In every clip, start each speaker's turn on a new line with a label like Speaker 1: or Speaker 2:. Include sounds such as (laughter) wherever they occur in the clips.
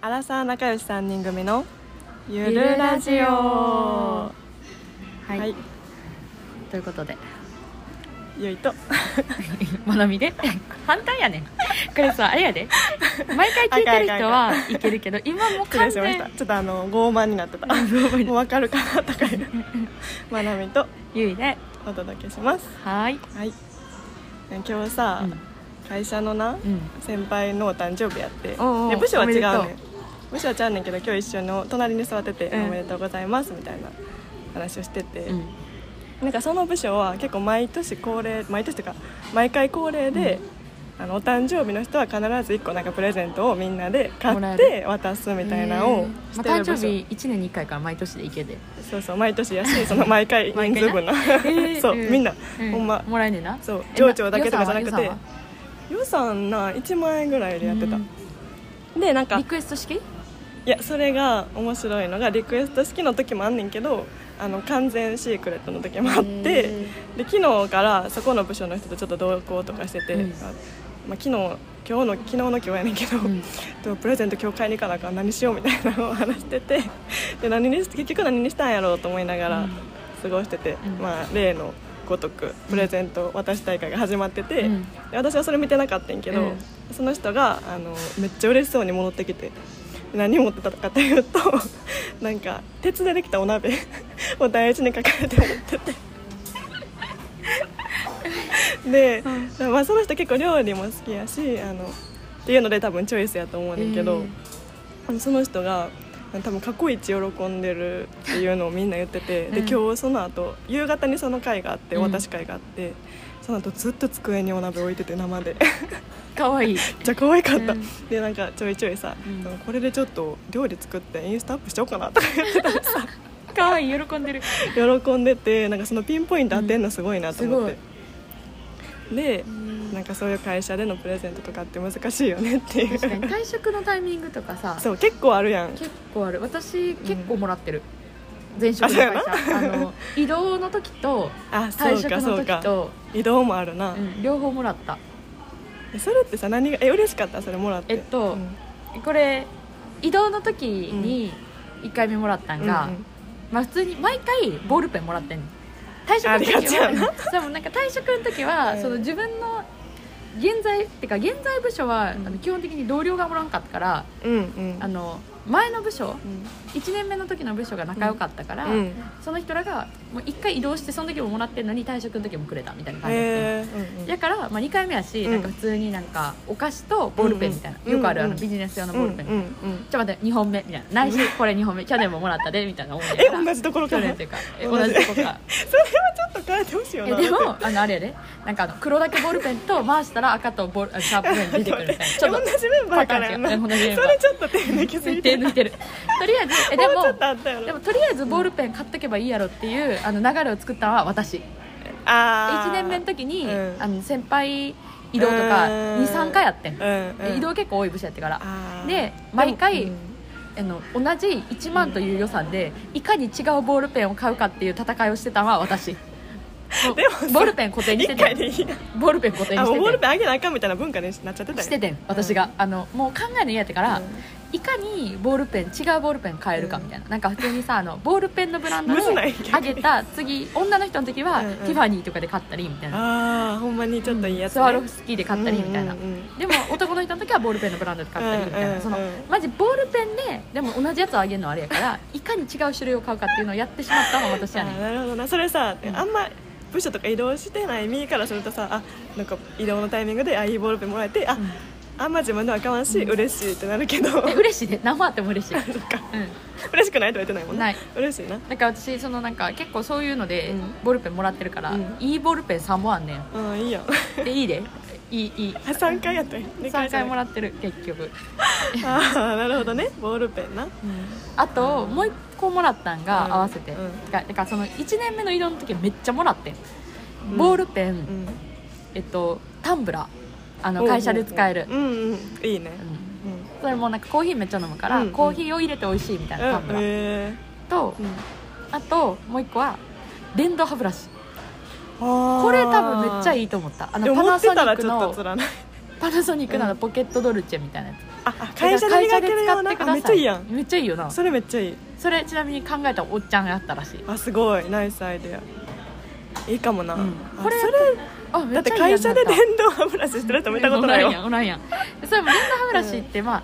Speaker 1: アラサー仲良し3人組のゆ
Speaker 2: ゆ
Speaker 1: る
Speaker 2: る
Speaker 1: ラ
Speaker 2: ラ
Speaker 1: ジ
Speaker 2: ジ
Speaker 1: オ
Speaker 2: オ
Speaker 1: は
Speaker 2: はい、
Speaker 1: い、
Speaker 2: ということで (laughs)
Speaker 1: ゆいと
Speaker 2: まなみで簡単やねんこれさあれやで毎回聞いてる人
Speaker 1: あかんあかんあ
Speaker 2: は
Speaker 1: か
Speaker 2: いけるけど今もう
Speaker 1: 失礼
Speaker 2: 完
Speaker 1: しました
Speaker 2: 全
Speaker 1: ちょっとあの傲慢にな
Speaker 2: (laughs)
Speaker 1: ってたもうわかるかなとかいうまなみと
Speaker 2: ゆいで
Speaker 1: お届けします
Speaker 2: はーい
Speaker 1: はいね今日さ、
Speaker 2: うん
Speaker 1: 会社のな、
Speaker 2: うん
Speaker 1: 先輩のお誕生日やって
Speaker 2: おうおう
Speaker 1: で部署は違うね
Speaker 2: おめ
Speaker 1: ん
Speaker 2: でと
Speaker 1: 部署はちゃうねんけど今日一緒の隣に座ってて、
Speaker 2: うん
Speaker 1: おめでとうございます」みたいな話をしてて、
Speaker 2: うん
Speaker 1: なんかその部署は結構毎年恒例毎年というか毎回恒例で、あのお誕生日の人は必ず1個なんかプレゼントをみんなで買
Speaker 2: もら
Speaker 1: っ
Speaker 2: え
Speaker 1: て
Speaker 2: る
Speaker 1: 渡すみたいなのを
Speaker 2: ま
Speaker 1: し
Speaker 2: あ
Speaker 1: てる
Speaker 2: 誕
Speaker 1: 部署、
Speaker 2: 生日1年に1回から毎年でいけで
Speaker 1: (laughs) そうそう毎年やしその毎回人数分な、 (laughs) そう、
Speaker 2: えー
Speaker 1: みんな、
Speaker 2: う
Speaker 1: ほんま
Speaker 2: もらえねえな
Speaker 1: そう
Speaker 2: え
Speaker 1: 上長だけとかじゃ
Speaker 2: な
Speaker 1: なく
Speaker 2: 予
Speaker 1: て
Speaker 2: 算は
Speaker 1: 予算な1万円ぐらいでやってた、
Speaker 2: うん
Speaker 1: でなんか
Speaker 2: リクエスト式
Speaker 1: いやそれが面白いのがリクエスト式の時もあんねんけどあの完全シークレットの時もあってで昨日からそこの部署の人とちょっと同行とかしてて、
Speaker 2: うん
Speaker 1: あまあ、昨日今日の昨日の今日やねんけど、
Speaker 2: うん
Speaker 1: とプレゼント今日買いに行かなあかん何しようみたいなのを話してて (laughs) で何にし結局何にしたんやろうと思いなが
Speaker 2: う
Speaker 1: ら
Speaker 2: ん
Speaker 1: 過ごしてて、
Speaker 2: うん
Speaker 1: まあ、例のごとくプレゼント渡し大会が始まってて、
Speaker 2: うん
Speaker 1: で私はそれ見てなかったんやけど、
Speaker 2: うん
Speaker 1: その人があのめっちゃ嬉しそうに戻ってきて何持ってたかというと (laughs) なんか鉄でできたお鍋 (laughs) を大事に抱えて持ってて。で、まあ、その人結構料理も好きやしあのっていうので多分チョイスやと思うねんけど、あのその人があの多分過去一喜んでるっていうのをみんな言ってて、
Speaker 2: うん
Speaker 1: で今日その後夕方にその会があって
Speaker 2: うん
Speaker 1: 私会があって、その後ずっと机にお鍋置いてて生で (laughs)
Speaker 2: かわいい
Speaker 1: めっちゃ可愛かった、
Speaker 2: うん
Speaker 1: でなんかちょいちょいさ、
Speaker 2: うん
Speaker 1: そのこれでちょっと料理作ってインスタアップしちゃおうかなとか言ってた (laughs) らさ
Speaker 2: かわいい喜んで
Speaker 1: (laughs)
Speaker 2: る
Speaker 1: 喜んでてなんかそのピンポイント当てんのすごいなと思っ
Speaker 2: う
Speaker 1: て
Speaker 2: んす、
Speaker 1: でなんかそういう会社でのプレゼントとかって難しいよねっていう
Speaker 2: 確かに退職のタイミングとかさ
Speaker 1: そう結構あるやん
Speaker 2: 結構ある私結構もらってる、前職の
Speaker 1: あ
Speaker 2: 会社あの移動の時と
Speaker 1: あ
Speaker 2: 退
Speaker 1: (laughs) そう
Speaker 2: 職
Speaker 1: かそ
Speaker 2: の
Speaker 1: う
Speaker 2: 時
Speaker 1: か
Speaker 2: と
Speaker 1: 移動もあるな、
Speaker 2: うん両方もらった
Speaker 1: えそれってさ何がえ嬉しかったそれもらって
Speaker 2: えっと
Speaker 1: うん
Speaker 2: これ移動の時に1回目もらったんが、
Speaker 1: うんうん
Speaker 2: まあ、普通に毎回ボールペンもらってんの退職
Speaker 1: あ
Speaker 2: の
Speaker 1: りが
Speaker 2: 時
Speaker 1: ちや
Speaker 2: は (laughs)
Speaker 1: な
Speaker 2: でもなんか退職の時
Speaker 1: う
Speaker 2: は
Speaker 1: ん
Speaker 2: その自分の現在ってか現在部署は、
Speaker 1: うん
Speaker 2: あの基本的に同僚がもらんかったから
Speaker 1: うんうん
Speaker 2: あの前の部署
Speaker 1: うん
Speaker 2: 1年目の時の部署が仲良かったから、
Speaker 1: うん
Speaker 2: その人らがもう1回移動してその時ももらってるのに退職の時もくれたみたいな感じだったの
Speaker 1: えーうんうん
Speaker 2: だから、まあ、2回目やし、
Speaker 1: うん
Speaker 2: なんか普通になんかお菓子とボールペンみたいな、
Speaker 1: うん
Speaker 2: よくあるあ
Speaker 1: う
Speaker 2: の
Speaker 1: ん
Speaker 2: ビジネス用の
Speaker 1: う
Speaker 2: ボー
Speaker 1: ん
Speaker 2: ルペン、
Speaker 1: うんう
Speaker 2: ちょ
Speaker 1: ん
Speaker 2: っと待って2本目みたいなないしこれ2本目去年ももらったでみたいな思いな
Speaker 1: え
Speaker 2: がら
Speaker 1: 同じところか
Speaker 2: 去
Speaker 1: らそ
Speaker 2: 年と
Speaker 1: れ
Speaker 2: いうかえ
Speaker 1: 同
Speaker 2: 同
Speaker 1: じ
Speaker 2: じとこか
Speaker 1: はちょっと変えてほしいよ
Speaker 2: え
Speaker 1: な
Speaker 2: でもあのあれやでなんかあの黒だけボールペンと回したら赤とボールあシャープペン出てくるみたいなちょっ
Speaker 1: 同
Speaker 2: と
Speaker 1: じメンバーからやな
Speaker 2: パターン違う同じメン
Speaker 1: そ
Speaker 2: バー
Speaker 1: れちょっと手抜きす
Speaker 2: 抜
Speaker 1: ぎ
Speaker 2: いて
Speaker 1: て
Speaker 2: る抜いてるとりあえずえで
Speaker 1: もうちょっ
Speaker 2: も
Speaker 1: とあったや
Speaker 2: でも
Speaker 1: ろ
Speaker 2: とりあえずボールペン買っとけばいいやろっていうあの流れを作ったのは私
Speaker 1: あー
Speaker 2: 1年目の時に、
Speaker 1: うん
Speaker 2: あの先輩移動とか
Speaker 1: うん
Speaker 2: 23回やってん、
Speaker 1: うんうん
Speaker 2: で移動結構多い部署やってから
Speaker 1: あー
Speaker 2: で毎回
Speaker 1: でも
Speaker 2: あの同じ1万という予算でいかに違うボールペンを買うかっていう戦いをしてたのは
Speaker 1: (laughs)
Speaker 2: 私もう
Speaker 1: でもさ
Speaker 2: ボールペン固定
Speaker 1: うん
Speaker 2: にして
Speaker 1: 一回
Speaker 2: て
Speaker 1: でいいや
Speaker 2: ボールペン固定に
Speaker 1: あ
Speaker 2: し
Speaker 1: もうボール
Speaker 2: てて
Speaker 1: ペンあげなあかんみたいな文化になっちゃってた
Speaker 2: しててん私が、あのもう考えの嫌やってから、いかにボールペン違うボールペン買えるかみたいな、なんか普通にさあのボールペンのブランド
Speaker 1: むずない
Speaker 2: で
Speaker 1: んけど
Speaker 2: あげた次女の人の時は、
Speaker 1: うんうん
Speaker 2: ティファニーとかで買ったりみたいな
Speaker 1: ああほんまにちょっといいやつ
Speaker 2: ス
Speaker 1: ね
Speaker 2: ワロフスキーで買ったりみたいな、
Speaker 1: うんうんうん
Speaker 2: でも男の人の時はボールペンのブランドで買ったりみたいな、
Speaker 1: うんうんうん
Speaker 2: そのマジボールペンででも同じやつをあげるのはあれやからいかに違う種類を買うかっていうのをやってしまったのが私やね
Speaker 1: あ
Speaker 2: ん
Speaker 1: ーなるほどなそれさ、
Speaker 2: うん
Speaker 1: あんま部署とか移動してない身からするとさあなんか移動のタイミングであいいボールペンもらえてあ、
Speaker 2: うん
Speaker 1: あんま自分ではかわんし、嬉しいってなるけ
Speaker 2: (laughs)
Speaker 1: ど
Speaker 2: で嬉しいで生あっても嬉しい、う
Speaker 1: (laughs) そっか
Speaker 2: ん、
Speaker 1: 嬉しくないとは言ってないもんね
Speaker 2: ない
Speaker 1: 嬉しいな
Speaker 2: だから私そのなんか結構そういうので、
Speaker 1: うん
Speaker 2: ボールペンもらってるから、
Speaker 1: うん
Speaker 2: いいボールペン3本あんねん
Speaker 1: うん (laughs) いいやん
Speaker 2: でいいでいいいい
Speaker 1: あ3回やったよ
Speaker 2: 3回も
Speaker 1: らっ
Speaker 2: らってる結局、
Speaker 1: (laughs) あーなるほどねボールペンな
Speaker 2: あと、もう1個もらったんが、
Speaker 1: うん
Speaker 2: 合わせて、
Speaker 1: うん
Speaker 2: だからだからその1年目の移動の時めっちゃもらってんボールペン、
Speaker 1: うん
Speaker 2: えっと、タンブラーあの会社で使える、
Speaker 1: うんうんいいね
Speaker 2: うん
Speaker 1: うん
Speaker 2: それもなんかコーヒーめっちゃ飲むから、
Speaker 1: うんうん
Speaker 2: コーヒーを入れて美味しいみたいなタンブ
Speaker 1: うん
Speaker 2: ラー、
Speaker 1: へー
Speaker 2: と
Speaker 1: うん
Speaker 2: あともう一個は電動歯ブラシ
Speaker 1: あー
Speaker 2: これ多分めっちゃいいと思ったあ
Speaker 1: で
Speaker 2: の
Speaker 1: も持
Speaker 2: パナ
Speaker 1: って
Speaker 2: ソニ
Speaker 1: た
Speaker 2: ッ
Speaker 1: ら
Speaker 2: ク
Speaker 1: ちょっと
Speaker 2: の
Speaker 1: つらない
Speaker 2: パナソニックのあの
Speaker 1: うん
Speaker 2: ポケットドルチェみたいなやつ、
Speaker 1: ああ会社で磨けるような
Speaker 2: だから
Speaker 1: あめっちゃいいやん
Speaker 2: めっちゃいいよなそ
Speaker 1: それめっちゃいい
Speaker 2: れちなみに考えたおっちゃんやったらしい
Speaker 1: あすごいナイスアイデアいいかもな、
Speaker 2: うん
Speaker 1: あ
Speaker 2: これ
Speaker 1: それ
Speaker 2: あめ
Speaker 1: だ
Speaker 2: っ
Speaker 1: って
Speaker 2: ちゃいい
Speaker 1: 会
Speaker 2: やん
Speaker 1: 社で
Speaker 2: な
Speaker 1: 電
Speaker 2: んか
Speaker 1: 動歯ブラシしてる人見たことない
Speaker 2: おら
Speaker 1: わ
Speaker 2: んやんおらんやんそれも電動歯ブラシってまあ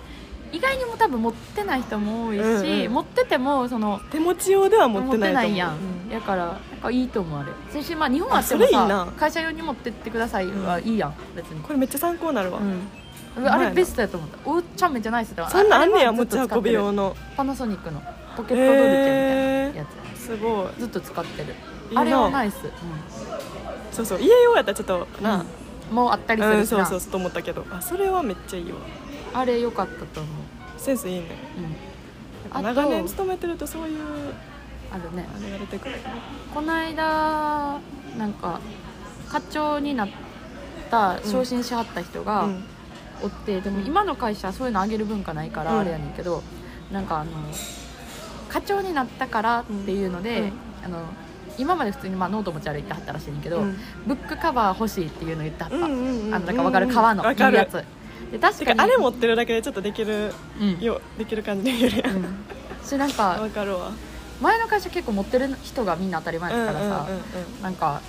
Speaker 2: 意外にも多分持ってない人も多いし、
Speaker 1: うんうん
Speaker 2: 持っててもその
Speaker 1: 手持ち用では持ってないと思う
Speaker 2: やん、だからなんかいいと思われそしてまあ日本は
Speaker 1: あ
Speaker 2: でも
Speaker 1: それいい
Speaker 2: さ
Speaker 1: な
Speaker 2: 会社用に持ってってくださいはいいやん別に
Speaker 1: これめっちゃ参考になるわ、
Speaker 2: うん、あれベストやと思ったおっちゃんめっちゃナイスだわ
Speaker 1: そんなんあんねや
Speaker 2: れは
Speaker 1: 持
Speaker 2: ず
Speaker 1: ち
Speaker 2: っと使っ
Speaker 1: 運び
Speaker 2: てる
Speaker 1: 用の
Speaker 2: パナソニックのポケットドルチェみたいなやつ
Speaker 1: すごい
Speaker 2: ずっと使ってる
Speaker 1: いいな
Speaker 2: あれはナイス、
Speaker 1: そうそう家用やったらちょっと
Speaker 2: うん
Speaker 1: な、
Speaker 2: もうあったりす
Speaker 1: う
Speaker 2: る
Speaker 1: ん、
Speaker 2: し
Speaker 1: そう
Speaker 2: な
Speaker 1: そうそうと思ったけどあそれはめっちゃいいわ
Speaker 2: あれ良かったと思う、
Speaker 1: センスいいね
Speaker 2: うん、あと
Speaker 1: 長年勤めてるとそういう
Speaker 2: あるね
Speaker 1: あれが出てくる
Speaker 2: この間なんか課長になった昇進しはった人が、
Speaker 1: うん
Speaker 2: おってでも今の会社はそういうのあげる文化ないから
Speaker 1: うん
Speaker 2: あれやねんけど、なんかあの課長になったからっていうので、
Speaker 1: うんうん
Speaker 2: あの今まで普通にまあノート持ち歩いてはったらしいねんけど、
Speaker 1: うん
Speaker 2: ブックカバー欲しいっていうの言ってはった、
Speaker 1: うんうんうんうん
Speaker 2: あのなんかわかる革の
Speaker 1: わ
Speaker 2: いい
Speaker 1: かる
Speaker 2: やつで確
Speaker 1: て
Speaker 2: か
Speaker 1: かあ
Speaker 2: に
Speaker 1: れ持ってるだけでちょっとできる
Speaker 2: うん
Speaker 1: よできる感じできる
Speaker 2: う
Speaker 1: やん
Speaker 2: んしなん
Speaker 1: わ
Speaker 2: か
Speaker 1: かるわ
Speaker 2: 前の会社結構持ってる人がみんな当たり前だからさ、
Speaker 1: うんうん
Speaker 2: なんか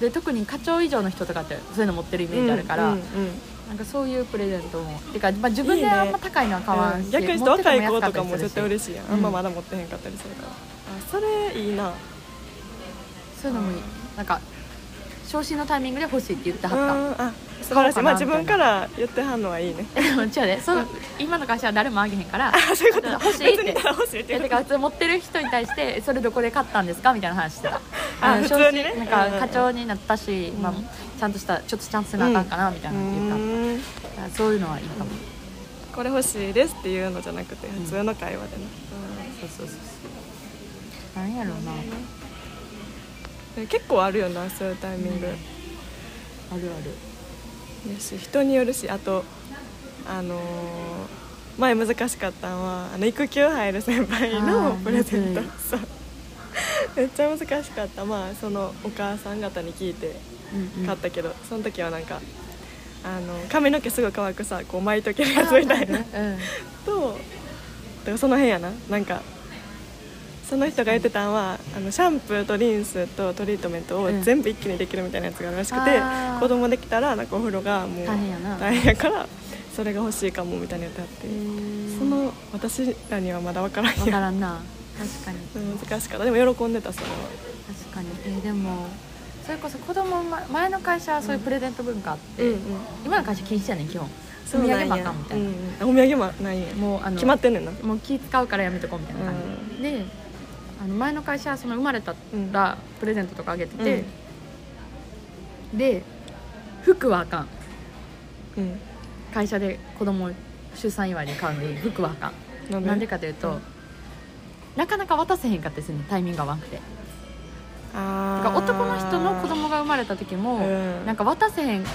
Speaker 2: で特に課長以上の人とかってそういうの持ってるイメージあるから、
Speaker 1: うんうん
Speaker 2: なんかそういうプレゼントもてか、まあ、自分
Speaker 1: いい
Speaker 2: で
Speaker 1: ね
Speaker 2: あんま高いのは買わんし、
Speaker 1: うん逆にちょっと
Speaker 2: 持って
Speaker 1: 若
Speaker 2: て
Speaker 1: い子とかも
Speaker 2: 安っ
Speaker 1: 絶
Speaker 2: た
Speaker 1: 対
Speaker 2: りするし
Speaker 1: 嬉しいやん、あんままだ持ってへんかったりするからあそれいいな
Speaker 2: そういうのもいいなんか昇進のタイミングで欲しいって言って
Speaker 1: う
Speaker 2: はっ
Speaker 1: んあ素晴らし
Speaker 2: 買おうかない
Speaker 1: まあ自分から言ってはんのはいいね
Speaker 2: たでも違うでその今の会社は誰もあげへんから
Speaker 1: あそういうこと
Speaker 2: 欲しいって
Speaker 1: 別にただ欲しいっ
Speaker 2: い
Speaker 1: て
Speaker 2: や
Speaker 1: こ
Speaker 2: て
Speaker 1: と
Speaker 2: か普通持ってる人に対してそれどこで買ったんですかみたいな話してた
Speaker 1: あ
Speaker 2: うん
Speaker 1: 普通にね
Speaker 2: 昇進
Speaker 1: うん
Speaker 2: な
Speaker 1: うんんう
Speaker 2: か
Speaker 1: ん
Speaker 2: 課長になったし、まあ、ちゃんとしたちょっとちゃんとせなあかんかなみたいなの言ってはっ
Speaker 1: うん
Speaker 2: ただからそういうのはいいかも、
Speaker 1: これ欲しいですっていうのじゃなくて普通の会話でね、
Speaker 2: そうそうそうそうなんやろうな
Speaker 1: うん結構あるよなそういうタイミング、
Speaker 2: うんあるある
Speaker 1: よし人によるしあとあのー前難しかったのはあの育休入る先輩
Speaker 2: あ
Speaker 1: の
Speaker 2: ー
Speaker 1: プレゼント
Speaker 2: む
Speaker 1: そう (laughs) めっちゃ難しかったまあそのお母さん方に聞いて
Speaker 2: うんうん
Speaker 1: 買ったけど、その時はなんかあの髪の毛すぐ乾くさこう巻いとけるやつみたいな
Speaker 2: うん
Speaker 1: とだからその辺やななんかその人が言ってたんはあのシャンプーとリンスとトリートメントを
Speaker 2: うん
Speaker 1: 全部一気にできるみたいなやつがあるらしくて、
Speaker 2: あー
Speaker 1: 子供できたらなんかお風呂がもう
Speaker 2: 大変やな
Speaker 1: 大変やからそれが欲しいかもみたいなやつあって、
Speaker 2: (laughs)
Speaker 1: その私らにはまだ分からん
Speaker 2: わ
Speaker 1: や
Speaker 2: からんな確かに
Speaker 1: 難しかったでも喜んでたそれは
Speaker 2: 確かにえーでもそれこそ子供ま前の会社はそういうプレゼント文化あって、
Speaker 1: うんうん
Speaker 2: 今の会社禁止やねん基本お
Speaker 1: そ
Speaker 2: 土
Speaker 1: うなんや
Speaker 2: 産もあかんみたいな、
Speaker 1: うんうんお土産もないんや
Speaker 2: もうあの
Speaker 1: 決まってんねんな
Speaker 2: もう気使うからやめとこうみたいな感じ、であの前の会社はその生まれたらプレゼントとかあげてて、で服はあかん
Speaker 1: うん
Speaker 2: 会社で子供出産祝いに買うのに服はあかん
Speaker 1: なん
Speaker 2: なんでかというと、
Speaker 1: うん
Speaker 2: なかなか渡せへんかったりするねタイミングが合わんくて
Speaker 1: あ
Speaker 2: だ
Speaker 1: ー
Speaker 2: から男の人の子供が生まれた時も、
Speaker 1: うん
Speaker 2: なんか渡せへんか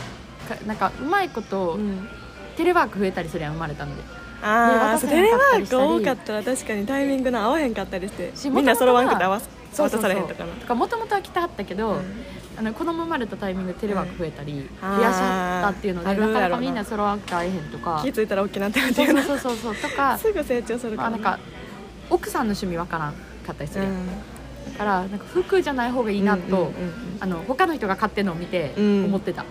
Speaker 2: なんかうまいこと
Speaker 1: うん
Speaker 2: テレワーク増えたりするやん生まれたので
Speaker 1: ああ
Speaker 2: で渡せ
Speaker 1: テレ
Speaker 2: な
Speaker 1: ワ
Speaker 2: かった
Speaker 1: ー
Speaker 2: りし
Speaker 1: ク
Speaker 2: たり
Speaker 1: 多かったら確かにタイミングの合わへんかったりして
Speaker 2: し
Speaker 1: みんな揃わんくて合わ
Speaker 2: そ
Speaker 1: 渡
Speaker 2: うそうそ
Speaker 1: さ
Speaker 2: う
Speaker 1: れへんとかな
Speaker 2: とかもともとは来てはったけど、
Speaker 1: うん
Speaker 2: あの子供生まれたタイミングでテレワーク増えたり、
Speaker 1: あー
Speaker 2: 増やしはったっていうので
Speaker 1: あ
Speaker 2: な
Speaker 1: るやろ
Speaker 2: か
Speaker 1: な
Speaker 2: なかみんな揃わんくて会えへんとか
Speaker 1: 気付いたら大きなってるって
Speaker 2: そ
Speaker 1: いう
Speaker 2: う
Speaker 1: な
Speaker 2: そうそうそうとか
Speaker 1: すぐ成長するか
Speaker 2: ま
Speaker 1: ら
Speaker 2: あなんか奥さんの趣味わからんかったりす
Speaker 1: う
Speaker 2: るやん、
Speaker 1: ん
Speaker 2: だからなんか服じゃない方がいいなと、
Speaker 1: うんうんうん
Speaker 2: あの他の人が買ってるのを見て
Speaker 1: うん
Speaker 2: 思ってた、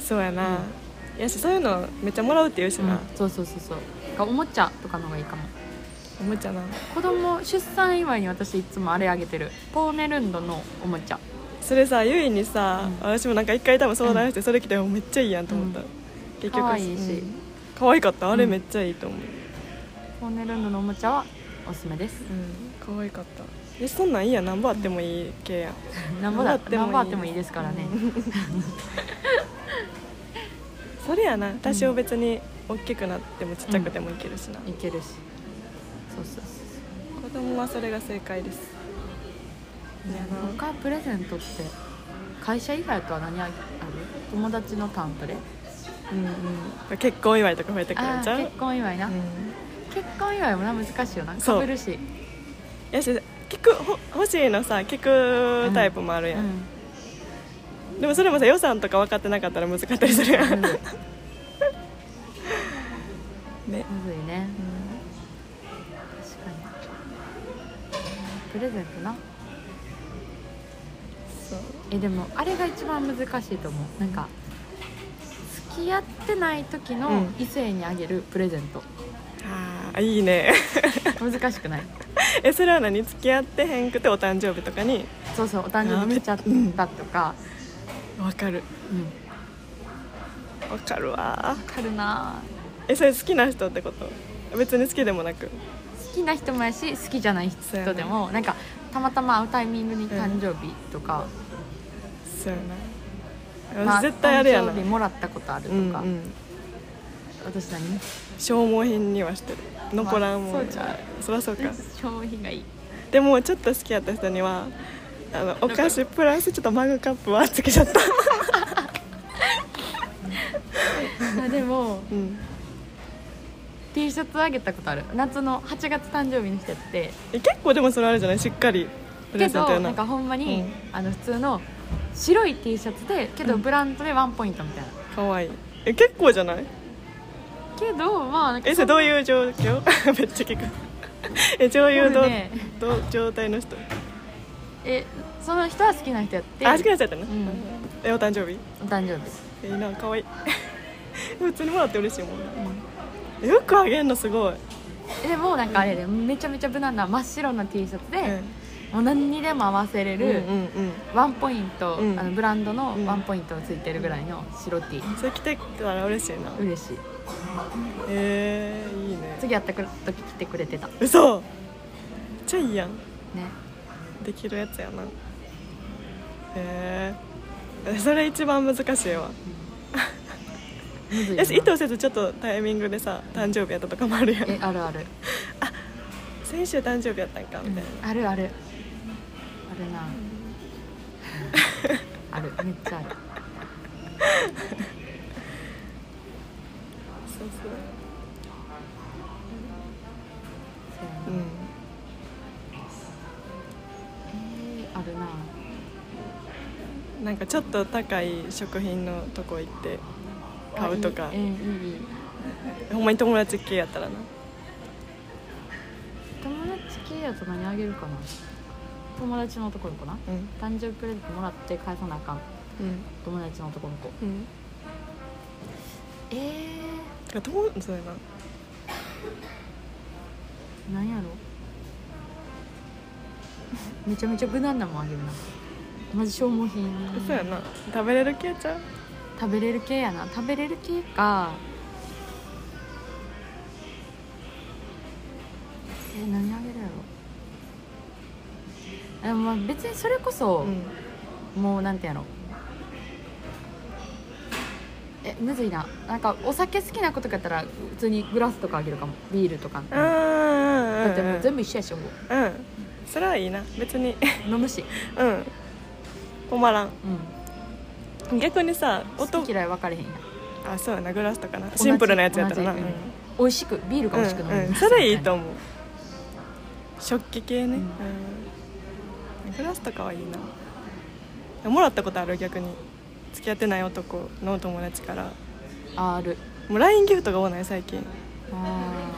Speaker 1: そうやな
Speaker 2: うん
Speaker 1: いやしそういうのめっちゃもらうって言うしな
Speaker 2: そうそうそうそうだからおもちゃとかの方がいいかも
Speaker 1: おもちゃな
Speaker 2: 子供出産祝いに私いつもあれあげてるポーネルンドのおもちゃ
Speaker 1: それさゆいにさ
Speaker 2: うん
Speaker 1: 私もなんか一回多分相談してそれ着てめっちゃいいやんと思った
Speaker 2: うん
Speaker 1: 結
Speaker 2: 可
Speaker 1: 局
Speaker 2: 愛いし
Speaker 1: うん可愛かったあれ
Speaker 2: うん
Speaker 1: めっちゃいいと思う
Speaker 2: ポーネルンドのおもちゃはおすす
Speaker 1: (laughs)
Speaker 2: めです
Speaker 1: 可愛かったえそんなんいいやん何ぼあってもいい系やん
Speaker 2: なんぼ
Speaker 1: なんぼ
Speaker 2: だ
Speaker 1: あってもいい
Speaker 2: なんぼあってもいいですからね、
Speaker 1: それやな多少別に大きくなってもちっちゃくてもいけるしな、
Speaker 2: いけるしそうそうそうそ
Speaker 1: 子供はそれが正解です
Speaker 2: う
Speaker 1: いやな
Speaker 2: 他プレゼントって会社以外とは何あげある友達のタンプレ
Speaker 1: うんうん結婚祝いとか増えてくる
Speaker 2: あ
Speaker 1: んち
Speaker 2: ー
Speaker 1: ゃう
Speaker 2: 結婚祝いな、
Speaker 1: うん
Speaker 2: 結婚祝いもな難しいよな
Speaker 1: そう
Speaker 2: かぶるし
Speaker 1: やし聞くほ欲しいのさ聞くタイプもある
Speaker 2: う
Speaker 1: やん、
Speaker 2: ん
Speaker 1: (laughs) でもそれもさ予算とか分かってなかったら難かったりするやん、
Speaker 2: う
Speaker 1: (laughs)
Speaker 2: ん
Speaker 1: ね、
Speaker 2: むずいね
Speaker 1: う、
Speaker 2: 確かにプレゼントなん
Speaker 1: そう
Speaker 2: えでもあれが一番難しいと思うなんか付き合ってない時
Speaker 1: う
Speaker 2: の
Speaker 1: ん
Speaker 2: 異性にあげるプレゼン
Speaker 1: (laughs)
Speaker 2: ト、
Speaker 1: ああいいね (laughs)
Speaker 2: 難しくない
Speaker 1: えそれは何付き合ってへんくてお誕生日とかに
Speaker 2: そうそうお誕生日来ちゃったとか
Speaker 1: わかる
Speaker 2: うん
Speaker 1: わかるわ
Speaker 2: わかるな
Speaker 1: えそれ好きな人ってこと別に好きでもなく
Speaker 2: 好きな人もやし好きじゃない
Speaker 1: そうや
Speaker 2: 人
Speaker 1: な
Speaker 2: でもなんかたまたま会うタイミングに誕生日とか、
Speaker 1: そうやな、
Speaker 2: ま
Speaker 1: 私絶対あれやな
Speaker 2: 誕生日もらったことあると
Speaker 1: うん
Speaker 2: か、
Speaker 1: うん
Speaker 2: 私何
Speaker 1: 消耗品にはしてる残らんもん、
Speaker 2: まあそうちゃ
Speaker 1: そらそうか
Speaker 2: (laughs) 商品がいい
Speaker 1: でもちょっと好きやった人にはあのお菓子プラスちょっとマグカップはつけちゃった
Speaker 2: あでも
Speaker 1: うん
Speaker 2: T シャツあげたことある夏の8月誕生日の人やって
Speaker 1: え結構でもそれあるじゃないしっかりプレ
Speaker 2: け
Speaker 1: ゼントや
Speaker 2: ど
Speaker 1: な
Speaker 2: なんかほんまに、
Speaker 1: うん
Speaker 2: あの普通の白い T シャツでけどブランドでワンポイントみたいな、
Speaker 1: かわいいえ結構じゃない
Speaker 2: けどまあなんか
Speaker 1: えそれどう
Speaker 2: う
Speaker 1: いう状況 (laughs) めっちゃ聞くえどういうど、ど状態の人
Speaker 2: えその人は好きな人やって
Speaker 1: あ好きな人やったの、
Speaker 2: ん
Speaker 1: えお誕生日
Speaker 2: お誕生日
Speaker 1: えいいなかわいい (laughs) 普通にもらって嬉しいもんなえよくあげんのすごい、
Speaker 2: でもなんかあれで、めちゃめちゃ無難な真っ白な T シャツで、
Speaker 1: うん
Speaker 2: もう何にでも合わせれ
Speaker 1: うんうん
Speaker 2: る、
Speaker 1: う
Speaker 2: ワンポイント、
Speaker 1: うん
Speaker 2: あのブランドのワンポイントついてるぐらいの白 T、
Speaker 1: んそれ着てたら嬉しいな
Speaker 2: 嬉しい
Speaker 1: えー、いいね
Speaker 2: 次やった時来てくれてたね
Speaker 1: 嘘めっちゃいいやんできるやつやなへえー、それ一番難しいわ
Speaker 2: むずいよな
Speaker 1: 私意図せずちょっとタイミングでさ誕生日やったとかもあるやん
Speaker 2: えあるある
Speaker 1: 先週誕生日やったんかみたいな、
Speaker 2: あるあるあるな (laughs) あるめっちゃある
Speaker 1: そうそ
Speaker 2: そうやな
Speaker 1: ううん
Speaker 2: えーあるな
Speaker 1: なんかちょっと高い食品のとこ行って買うとか
Speaker 2: あいいえーいいいい
Speaker 1: ほんまに友達系やったらな
Speaker 2: 友達系やと何あげるかな友達の男の子な
Speaker 1: うん
Speaker 2: 誕生日プレゼントもらって返さなあかん
Speaker 1: うん
Speaker 2: 友達の男の子
Speaker 1: うん
Speaker 2: え
Speaker 1: てか友そうやな
Speaker 2: ー、何やろ (laughs) めちゃめちゃ無難なもんあげるなマジ消耗品
Speaker 1: そうやな食べれる系ちゃう
Speaker 2: 食べれる系やな食べれる系かえ何あげるやろえまあ別にそれこそ、もうなんてやろえむずいななんかお酒好きな子とかやったら普通にグラスとかあげるかもビールとか
Speaker 1: うんあ
Speaker 2: だってもう全
Speaker 1: 部
Speaker 2: 部一緒やしも
Speaker 1: うんそれはいいな別に
Speaker 2: う飲むし、
Speaker 1: うん困らん
Speaker 2: うん、
Speaker 1: 逆にさ
Speaker 2: 好
Speaker 1: 音
Speaker 2: き嫌い分かれへんやん
Speaker 1: あそうやなグラスとかなシンプルなやつやったらな
Speaker 2: 同
Speaker 1: うん
Speaker 2: じ同じ美味しくビールが美味しく飲む、
Speaker 1: うんうんそれいいと思う食器系ね
Speaker 2: うん
Speaker 1: うんグラスとかはいいなもらったことある逆に付き合ってない男の友達から
Speaker 2: ある
Speaker 1: もう LINE ギフトが多ない最近
Speaker 2: あ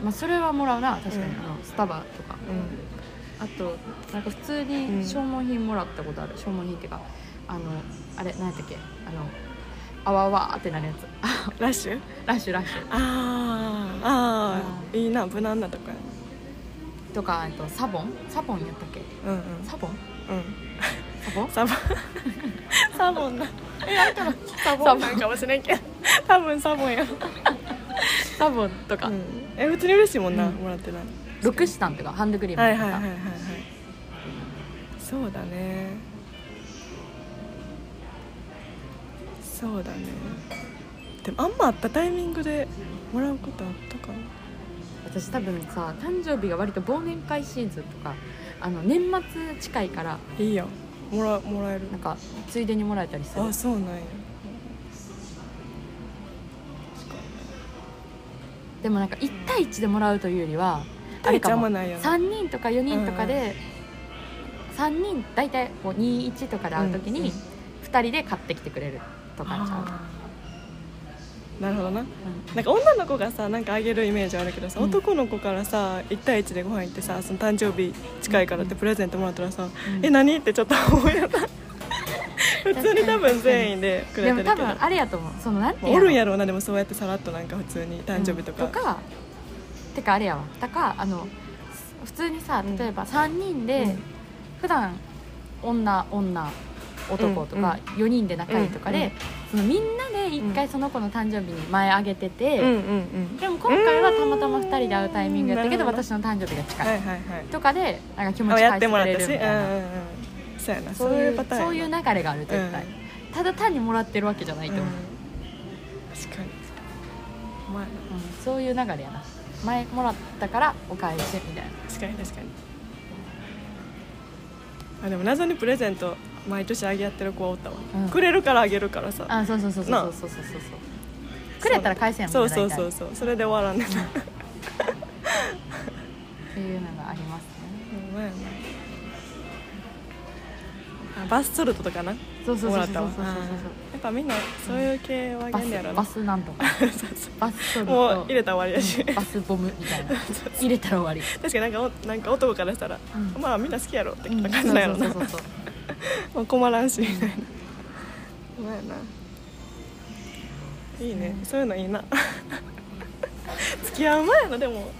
Speaker 2: ーまあそれはもらうな確かに、
Speaker 1: うん
Speaker 2: あのスタバとか
Speaker 1: う
Speaker 2: あとなんか普通
Speaker 1: う
Speaker 2: に
Speaker 1: ん
Speaker 2: 消耗品もらったことある、消耗品っていうかあのあれ何やったっけあのあわわーってなるやつ (laughs) あ
Speaker 1: んラッシュ
Speaker 2: ラッシュラッシュ
Speaker 1: あーあーいいな無難なとこや
Speaker 2: とかあとサボンサボンやったっけ
Speaker 1: うんうん
Speaker 2: サボン
Speaker 1: うん
Speaker 2: サボ
Speaker 1: サ
Speaker 2: ン
Speaker 1: ボ (laughs) ンサボンなサボンなんかもしれんけど (laughs) 多分サボンや
Speaker 2: サボンとか、
Speaker 1: うんえ普通に嬉しいもんな、
Speaker 2: うん
Speaker 1: もらってない
Speaker 2: ロクシタンとかハンドクリーム
Speaker 1: は
Speaker 2: と
Speaker 1: い
Speaker 2: か
Speaker 1: はい
Speaker 2: さ、
Speaker 1: はいはいはいそうだねそうだねでもあんまあったタイミングでもらうことあったかな
Speaker 2: 私多分さ誕生日が割と忘年会シーズンとかあの年末近いから
Speaker 1: いいやもらもらえる
Speaker 2: なんかついでにもらえたりする
Speaker 1: あそうなんや
Speaker 2: でもなんか1対1でもらうというよりは
Speaker 1: 一対一あんまないよね
Speaker 2: 3人とか4人とかで、3人大体こう21とかで会う時
Speaker 1: うんう
Speaker 2: に
Speaker 1: ん
Speaker 2: 2人で買ってきてくれるとかちゃう、
Speaker 1: あなるほどななんか女の子がさなんかあげるイメージあるけどさ、
Speaker 2: うん
Speaker 1: 男の子からさ1対1でご飯行ってさその誕生日近いからってプレゼントもらったらさ「
Speaker 2: うん
Speaker 1: え何?」ってちょっと思うよな
Speaker 2: (laughs)
Speaker 1: 普通に多分全員でくれ
Speaker 2: で
Speaker 1: て
Speaker 2: も
Speaker 1: るけ
Speaker 2: 多
Speaker 1: ど、ま
Speaker 2: 分あれやと思うそのなんて
Speaker 1: あ、おるんやろうなでもそうやってさらっとなんか普通に誕生日とか,、
Speaker 2: うんとかてかあれやわだからあの普通にさ
Speaker 1: うん
Speaker 2: 例えば3人で、
Speaker 1: うん
Speaker 2: 普段女女男とか4人で仲いいとかで、そのみんなで1回その子の誕生日に前あげてて、
Speaker 1: うんうんうん
Speaker 2: でも今回はたまたま2人で会うタイミングやったけど
Speaker 1: うんなるほ
Speaker 2: 私の誕生日が近い、
Speaker 1: はいはいはい
Speaker 2: とかでなんか気持
Speaker 1: あ
Speaker 2: ち
Speaker 1: や
Speaker 2: 返
Speaker 1: っ
Speaker 2: して
Speaker 1: てもら
Speaker 2: く
Speaker 1: っ
Speaker 2: れ
Speaker 1: た
Speaker 2: る
Speaker 1: し、
Speaker 2: みたい
Speaker 1: う
Speaker 2: な、
Speaker 1: んうんうんそうやな
Speaker 2: そ
Speaker 1: そうう
Speaker 2: い
Speaker 1: いううパターンやな
Speaker 2: そういう流れがある絶対、ただ単にもらってるわけじゃないと思う、
Speaker 1: うん確かにお前
Speaker 2: うんそういう流れやな前もらったからお返しみたいな
Speaker 1: 確かに確かにあでも謎にプレゼント毎年あげやってる子はおったわ、
Speaker 2: うん
Speaker 1: くれるからあげるからさ
Speaker 2: あそうそうそうそう
Speaker 1: なあ
Speaker 2: そうそうそうそうくれたら返せやもん
Speaker 1: そうそうそう
Speaker 2: そ
Speaker 1: そうそれで終わらんねんな
Speaker 2: っていうのがありますね
Speaker 1: ほんまやなあバスソルトとかな
Speaker 2: そうそう
Speaker 1: も
Speaker 2: そう
Speaker 1: ら
Speaker 2: そう
Speaker 1: っ
Speaker 2: そ
Speaker 1: たわ
Speaker 2: うそうそう
Speaker 1: うんやっぱみんなそういう系は
Speaker 2: バ
Speaker 1: げんねやろ
Speaker 2: ス
Speaker 1: な
Speaker 2: バスなん
Speaker 1: (laughs)
Speaker 2: とか
Speaker 1: そうそう
Speaker 2: バスソル
Speaker 1: (laughs)
Speaker 2: ト
Speaker 1: もう入れたら終わりやし、
Speaker 2: バスボムみ
Speaker 1: (laughs)
Speaker 2: たいな入れたら終わり
Speaker 1: 確かになんかおなんか男からしたら、
Speaker 2: うん
Speaker 1: まあみんな好きやろ (laughs) って
Speaker 2: うん
Speaker 1: 感じなんやろな、
Speaker 2: そう
Speaker 1: (laughs)
Speaker 2: そうそうそう
Speaker 1: まあ困らんしみたいなほんまやないいね、
Speaker 2: うん
Speaker 1: そういうのいいな (laughs) 付き合う前のでも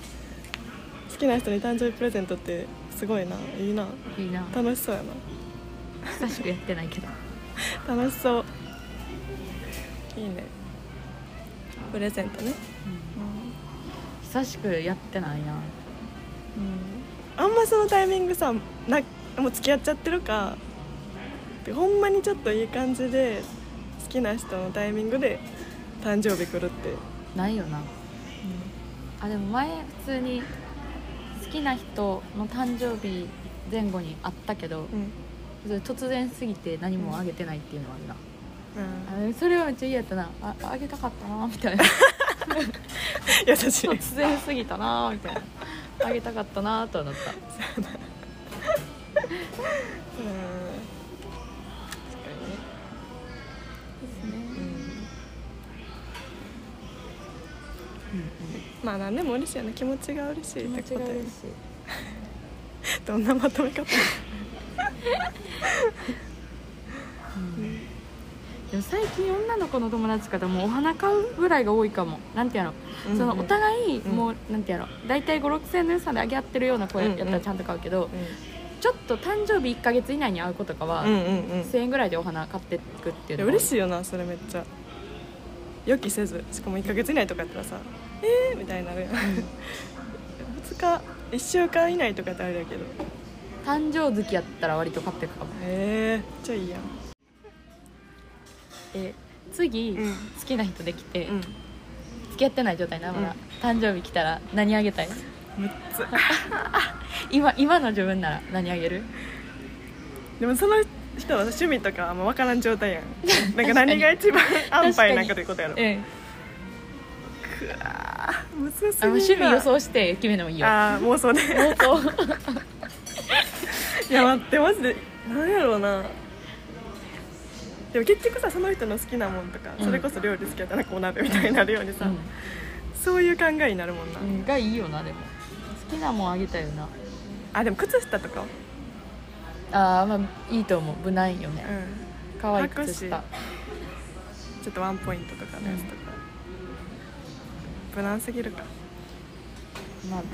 Speaker 1: 好きな人に誕生日プレゼントってすごいないいない
Speaker 2: いな
Speaker 1: 楽しそうやな
Speaker 2: 久しくやってないけど
Speaker 1: 楽しそういいねプレゼントね、
Speaker 2: 久しくやってないな
Speaker 1: あんまそのタイミングさなもう付き合っちゃってるかほんまにちょっといい感じで好きな人のタイミングで誕生日来るって、
Speaker 2: ないよなあでも前普通に好きな人の誕生日前後にあったけど
Speaker 1: うん
Speaker 2: 突然すぎて何もあげてないっていうのはあるな、あでもそれはめっちゃ嫌やったなああげたかったなみたいな
Speaker 1: 優しい
Speaker 2: (laughs) 突然すぎたなみたいなあげたかったなとはなった
Speaker 1: まあ何でも嬉しいよね気持ちが嬉しいってこと
Speaker 2: 気持ちが
Speaker 1: で
Speaker 2: 嬉し
Speaker 1: どんなまとめ方
Speaker 2: いでも最近女の子の友達方もうお花買うぐらいが多いかもなんてやろそのお互い
Speaker 1: うん
Speaker 2: もうなんてやろ大体5 6千円の予算で上げ合ってるような子やったらちゃんと買うけどちょっと誕生日1か月以内に会う子とかは
Speaker 1: うんうんうん
Speaker 2: 1000円ぐらいでお花買ってくっていう
Speaker 1: いや
Speaker 2: のも
Speaker 1: 嬉しいよなそれめっちゃ予期せずしかも1ヶ月以内とかやったらさ「えー!」みたいになるやん2日1週間以内とかってあれだけど
Speaker 2: 誕生月やったら割と買ってくかも
Speaker 1: ええめっちゃいいやん
Speaker 2: で次、
Speaker 1: うん
Speaker 2: 好きな人できて、
Speaker 1: うん
Speaker 2: 付き合ってない状態なまだ、
Speaker 1: うん
Speaker 2: 誕生日来たら何あげたい
Speaker 1: むっつ
Speaker 2: 今今の自分なら何あげる
Speaker 1: でもその人は趣味とかあんま分からん状態
Speaker 2: (laughs)
Speaker 1: やんなんか何が一番安牌なんかということやろ
Speaker 2: うん
Speaker 1: むずすぎ
Speaker 2: あの
Speaker 1: る
Speaker 2: 趣味予想して決めるのもいいよ
Speaker 1: ああ妄想で
Speaker 2: 妄想
Speaker 1: いや待ってマジで何やろうなでも結局さその人の好きなもんとか、
Speaker 2: うん
Speaker 1: それこそ料理好きやったらこう鍋みたいになるようにさ、そういう考えになるもんな、
Speaker 2: うん、がいいよなでも好きなもんあげたいよな
Speaker 1: あでも靴下とかは
Speaker 2: あーまあいいと思う無難よね可愛い
Speaker 1: 白紙
Speaker 2: 靴下
Speaker 1: ちょっとワンポイントとかのやつとか、無難すぎるか
Speaker 2: まあ好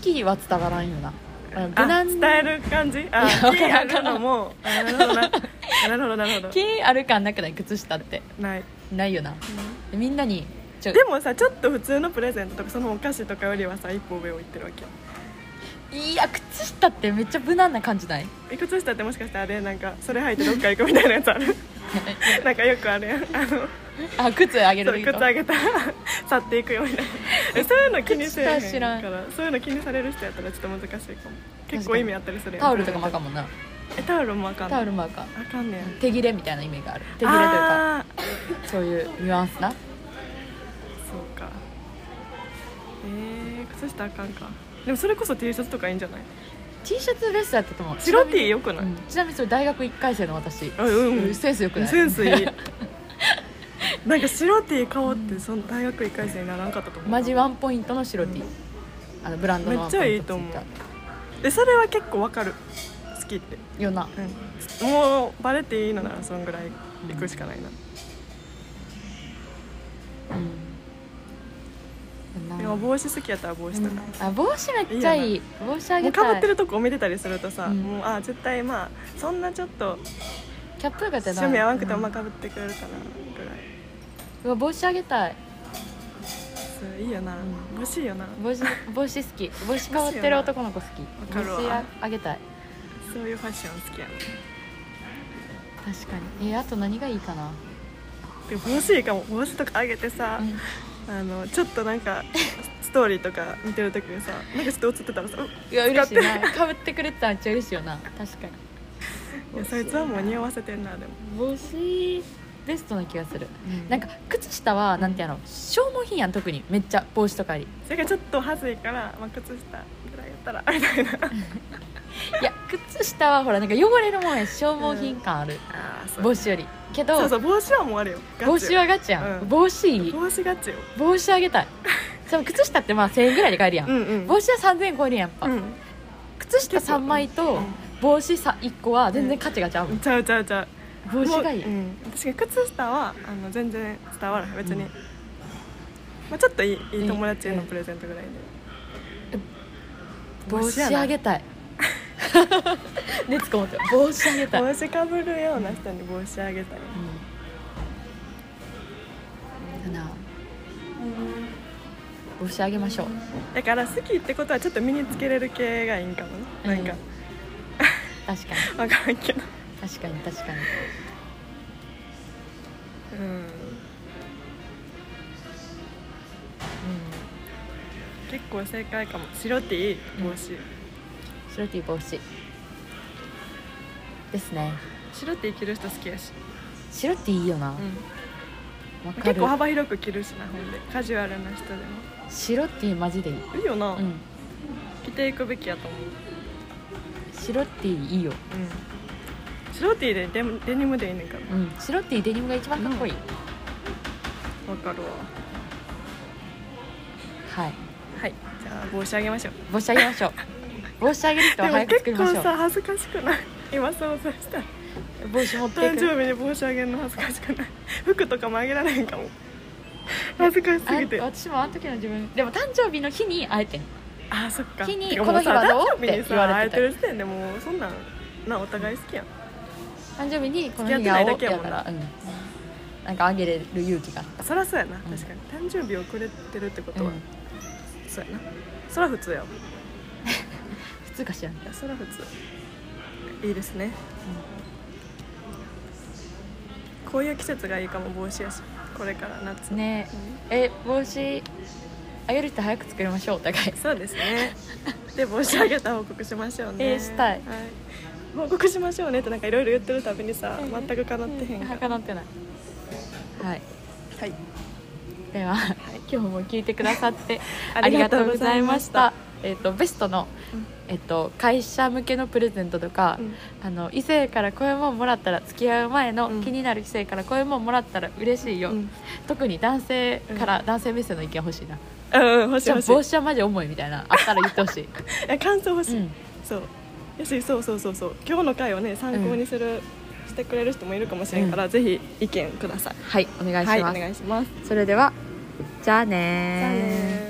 Speaker 2: きは伝わらんよなあ無
Speaker 1: あ
Speaker 2: 難
Speaker 1: 伝
Speaker 2: に
Speaker 1: える感じあ
Speaker 2: いや
Speaker 1: 気あるのもあなるほどな
Speaker 2: (laughs)
Speaker 1: なるほどなるほど
Speaker 2: 気ある感なくない靴下って
Speaker 1: ない、
Speaker 2: ないよなみんなにちょ
Speaker 1: でもさちょっと普通のプレゼントとかそのお菓子とかよりはさ一歩上を行ってるわけよ
Speaker 2: いや靴下ってめっちゃ無難な感じない
Speaker 1: え靴下ってもしかしてあれなんかそれ履いてどっか行くみたいなやつあ
Speaker 2: (laughs)
Speaker 1: るなんかよくあるやんあの
Speaker 2: あ靴あげ
Speaker 1: そう
Speaker 2: る
Speaker 1: 靴あげたら去っていくよみたいなえそういうの気にせえ
Speaker 2: 靴下
Speaker 1: へ
Speaker 2: 知
Speaker 1: ん
Speaker 2: らん
Speaker 1: からそういうの気にされる人やったらちょっと難しいかも結構意味あったりするやん
Speaker 2: タオルとかもあかんもんな
Speaker 1: えタオルもあかんの
Speaker 2: タオルもあかん
Speaker 1: あかんねん
Speaker 2: 手切れみたいな意味がある手切れというか
Speaker 1: あー
Speaker 2: そういうニュアンスな
Speaker 1: そうかえー、靴下あかんかでもそれこそ T シャツとかいいんじゃない
Speaker 2: T シャツベストやったと思う
Speaker 1: 白 T よくない、
Speaker 2: うんちなみにそれ大学1回生の私
Speaker 1: あうん
Speaker 2: (laughs) センスよくない
Speaker 1: センスいいなんか白 T 買おうってその大学1回生にならんかったと思う
Speaker 2: マジワンポイントの白 T、
Speaker 1: うん
Speaker 2: あのブランドの
Speaker 1: めっちゃいいと思う
Speaker 2: ワンポイント
Speaker 1: でそれは結構わかる好きって、
Speaker 2: ついたよな
Speaker 1: うん、もうバレていいのならそんぐらい行くしかないな、
Speaker 2: うんよな
Speaker 1: でも帽子好きやったら帽子とか、
Speaker 2: あ帽子めっちゃいい
Speaker 1: いい
Speaker 2: 帽子あ
Speaker 1: も
Speaker 2: げ
Speaker 1: うか
Speaker 2: た
Speaker 1: ぶ
Speaker 2: い
Speaker 1: ってるとこ見てたりするとさ、
Speaker 2: うん
Speaker 1: もうあ絶対まあそんなちょっと
Speaker 2: キャップがてな
Speaker 1: 趣味合わんくてもまあ
Speaker 2: うん
Speaker 1: かぶってくれるかなぐらいう
Speaker 2: わ帽子あげたい
Speaker 1: そういいよな、
Speaker 2: ん
Speaker 1: 欲しいよな
Speaker 2: 帽子帽子好き帽子かぶってる男の子好き
Speaker 1: かるわ
Speaker 2: 帽子ああげたい
Speaker 1: そういうファッション好きやな
Speaker 2: 確かにえあと何がいいかな、
Speaker 1: でも帽子いいかも帽子とかあげてさ、
Speaker 2: うん
Speaker 1: あのちょっとなんかストーリーとか見てる時にさなんかちょっと映ってたらさ「うっ
Speaker 2: いや嬉しいなかぶってくれてたらめっちゃ嬉しいよな確か
Speaker 1: い
Speaker 2: に
Speaker 1: やそいつはもう似合わせてんな」でも
Speaker 2: 帽子ベストな気がするなんか靴下はなんてやろ消耗品やん特にめっちゃ帽子
Speaker 1: (laughs)
Speaker 2: とかより
Speaker 1: それがちょっと恥ずいから、まあ、靴下ぐらいやったらみたいない
Speaker 2: や靴下はほらなんか汚れるもんやし消耗品感ある、
Speaker 1: あ
Speaker 2: 帽子よりけど
Speaker 1: そうそう帽子はもうあるよガチよ
Speaker 2: 帽子はガチやん、
Speaker 1: うん
Speaker 2: 帽子いい
Speaker 1: 帽子ガチよ
Speaker 2: 帽子あげたいでも靴下ってまあ1000円ぐらいで買えるやん、
Speaker 1: うんうん
Speaker 2: 帽子は3000円超えるやんやっぱ、
Speaker 1: う
Speaker 2: 靴下3枚と帽子さ1個は全然価値がちゃうもん
Speaker 1: ん、ちゃうちゃうちゃう
Speaker 2: 帽子がいい、
Speaker 1: もううん、私が靴下はあの全然伝わらない別に、
Speaker 2: うん
Speaker 1: まあ、ちょっといいいい友達へのプレゼントぐらいで、
Speaker 2: 帽子
Speaker 1: やな
Speaker 2: あげたい
Speaker 1: (laughs)
Speaker 2: 熱こもってる帽子あげたい、うん
Speaker 1: 帽子かぶるような人に帽子あげたい、
Speaker 2: だな帽子あげましょう
Speaker 1: だから好きってことはちょっと身につけれる系がいいんかもねなんか、
Speaker 2: 確かに
Speaker 1: わからんけど
Speaker 2: 確かに確かに
Speaker 1: うん結構正解かも白 T 帽子、
Speaker 2: 白 T 帽子ですね
Speaker 1: 白 T 着る人好きやし、
Speaker 2: 白 T いいよな、
Speaker 1: う
Speaker 2: わ
Speaker 1: ん、
Speaker 2: か
Speaker 1: 結
Speaker 2: る
Speaker 1: 構幅広く着るしなほんでカジュアルな人で
Speaker 2: 白 T マジでいい、
Speaker 1: もいいよな、
Speaker 2: うん、
Speaker 1: 着ていくべきやと思う、
Speaker 2: 白 T いいよ、
Speaker 1: うん、白 T でデムデニムでいいねんから
Speaker 2: うん、白 T デニムが一番かっこいい、
Speaker 1: わかるわ
Speaker 2: はい
Speaker 1: はいじゃあ帽子あげましょう
Speaker 2: 帽子あげましょう
Speaker 1: (laughs)
Speaker 2: 帽子あげる人は早く
Speaker 1: 結
Speaker 2: 作りましょ
Speaker 1: 構
Speaker 2: う
Speaker 1: さ恥ずかしくない今想像したら
Speaker 2: 帽子持って
Speaker 1: 誕
Speaker 2: いく
Speaker 1: 生日に帽子あげるの恥ずかしくない (laughs) 服とかもあげられへんかも恥ずかしすぎて
Speaker 2: あ私もあの時の自分でも誕生日の日に会えてん
Speaker 1: あそっか
Speaker 2: 日に
Speaker 1: てかもうさ
Speaker 2: この日はどう
Speaker 1: 誕生日に
Speaker 2: って言わ
Speaker 1: さ
Speaker 2: れてた
Speaker 1: 会えてる時点でもうそんなんなお互い好きやん
Speaker 2: 誕生日にこの日
Speaker 1: 付
Speaker 2: に
Speaker 1: き合ってな
Speaker 2: 会お
Speaker 1: いうだけやもん
Speaker 2: から
Speaker 1: な
Speaker 2: うん、なんかあげれる勇気があっ
Speaker 1: そらそうやな確
Speaker 2: ん
Speaker 1: かに誕生日遅れてるってこ
Speaker 2: た、
Speaker 1: とは、
Speaker 2: うん
Speaker 1: そうやなそら普通やわ
Speaker 2: 普通かしらん
Speaker 1: いやそら普通いいですね、こういう季節がいいかも帽子やしこれから夏
Speaker 2: ねえ帽子あげる人早く作りましょうお互い
Speaker 1: そうですね。で帽子あげた報告しましょうね。
Speaker 2: えーしたい
Speaker 1: は報告しましょうねってなんかいろいろ言ってるたびにさ、全く叶ってへんから。
Speaker 2: かなってないはい
Speaker 1: はい。
Speaker 2: では、今日も聞いてくださって (laughs) あ
Speaker 1: あ
Speaker 2: り
Speaker 1: り
Speaker 2: が
Speaker 1: が
Speaker 2: と
Speaker 1: と
Speaker 2: う
Speaker 1: う
Speaker 2: ご
Speaker 1: ご
Speaker 2: ざ
Speaker 1: ざ
Speaker 2: い
Speaker 1: い
Speaker 2: ま
Speaker 1: ま
Speaker 2: し
Speaker 1: したた
Speaker 2: えっとベストの、
Speaker 1: うん
Speaker 2: えっと、会社向けのプレゼントとか、
Speaker 1: うん
Speaker 2: あの異性からこういうもんもらったら付き合う前の、
Speaker 1: うん
Speaker 2: 気になる異性からこういうもんもらったら嬉しいよ、
Speaker 1: うん
Speaker 2: 特に男性から、男性目線の意見欲しいな
Speaker 1: うんうん、欲しい
Speaker 2: じゃあ
Speaker 1: 欲しい。
Speaker 2: 帽子はマジ重いみたいなあったら言ってほし (laughs) い、
Speaker 1: いや感想欲し
Speaker 2: う
Speaker 1: い。
Speaker 2: ん、
Speaker 1: そう。やしそうそうそうそう。今日の回をね参考にする、してくれる人もいるかもしれんから、ぜひ意見ください。
Speaker 2: はいお願いし
Speaker 1: はい、
Speaker 2: ま
Speaker 1: お
Speaker 2: す、
Speaker 1: 願いします。
Speaker 2: それではじゃあねー
Speaker 1: じゃあねー